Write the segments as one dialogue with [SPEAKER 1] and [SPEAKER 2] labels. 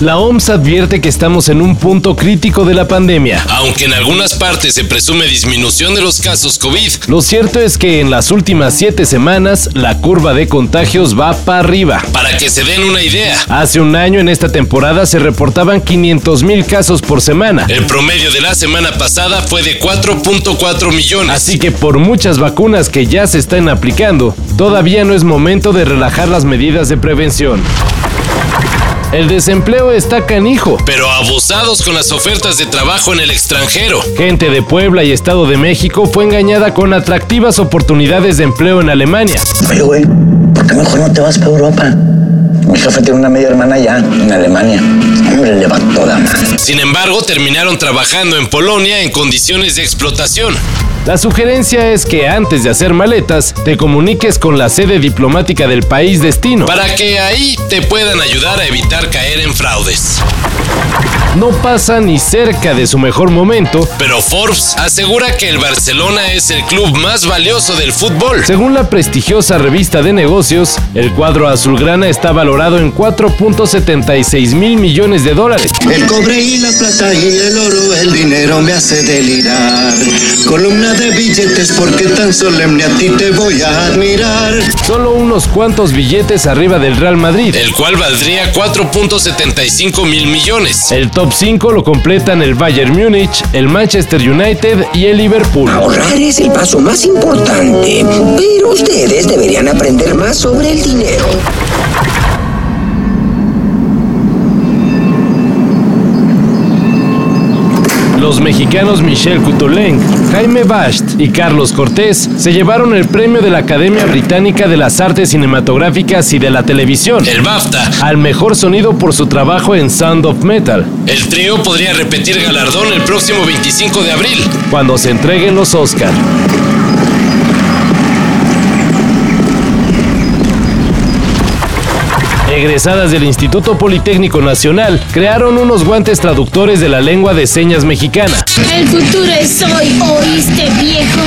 [SPEAKER 1] La OMS advierte que estamos en un punto crítico de la pandemia.
[SPEAKER 2] Aunque en algunas partes se presume disminución de los casos COVID,
[SPEAKER 1] Lo cierto es que en las últimas siete semanas la curva de contagios va para arriba.
[SPEAKER 2] para que se den una idea,
[SPEAKER 1] Hace un año en esta temporada se reportaban 500.000 casos por semana.
[SPEAKER 2] el promedio de la semana pasada fue de 4.4 millones.
[SPEAKER 1] Así que por muchas vacunas que ya se están aplicando, todavía no es momento de relajar las medidas de prevención. El desempleo está canijo.
[SPEAKER 2] Pero abusados con las ofertas de trabajo en el extranjero.
[SPEAKER 1] Gente de Puebla y Estado de México fue engañada con atractivas oportunidades de empleo en Alemania.
[SPEAKER 3] Oye, güey, ¿por qué mejor no te vas para Europa? Mi jefe tiene una media hermana allá, en Alemania. Hombre, le va toda madre.
[SPEAKER 2] Sin embargo, terminaron trabajando en Polonia en condiciones de explotación.
[SPEAKER 1] La sugerencia es que antes de hacer maletas, te comuniques con la sede diplomática del país destino.
[SPEAKER 2] Para que ahí te puedan ayudar a evitar caer en fraudes.
[SPEAKER 1] No pasa ni cerca de su mejor momento.
[SPEAKER 2] Pero Forbes asegura que el Barcelona es el club más valioso del fútbol.
[SPEAKER 1] Según la prestigiosa revista de negocios, el cuadro azulgrana está valorado en 4.76 mil millones de dólares.
[SPEAKER 4] El cobre y la plata y el oro, el dinero me hace delirar. Columna de billetes, porque tan solemne a ti te voy a admirar.
[SPEAKER 1] Solo unos cuantos billetes arriba del Real Madrid.
[SPEAKER 2] el cual valdría 4.75 mil millones.
[SPEAKER 1] El top 5 lo completan el Bayern Múnich, el Manchester United y el Liverpool.
[SPEAKER 5] Ahorrar es el paso más importante, pero ustedes deberían aprender más sobre el dinero.
[SPEAKER 1] Los mexicanos Michel Cutoleng, Jaime Bast y Carlos Cortés se llevaron el premio de la Academia Británica de las Artes Cinematográficas y de la Televisión
[SPEAKER 2] El BAFTA.
[SPEAKER 1] al mejor sonido por su trabajo en Sound of Metal.
[SPEAKER 2] El trío podría repetir galardón el próximo 25 de abril.
[SPEAKER 1] cuando se entreguen los Oscar. Egresadas del Instituto Politécnico Nacional, crearon unos guantes traductores de la lengua de señas mexicana.
[SPEAKER 6] El futuro es hoy, ¿oíste viejo?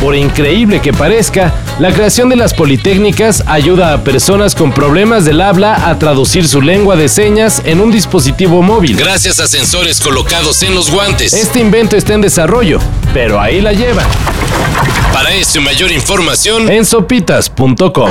[SPEAKER 1] Por increíble que parezca, la creación de las politécnicas ayuda a personas con problemas del habla a traducir su lengua de señas en un dispositivo móvil.
[SPEAKER 2] Gracias a sensores colocados en los guantes.
[SPEAKER 1] Este invento está en desarrollo, pero ahí la llevan.
[SPEAKER 2] Para eso y mayor información,
[SPEAKER 1] En sopitas.com.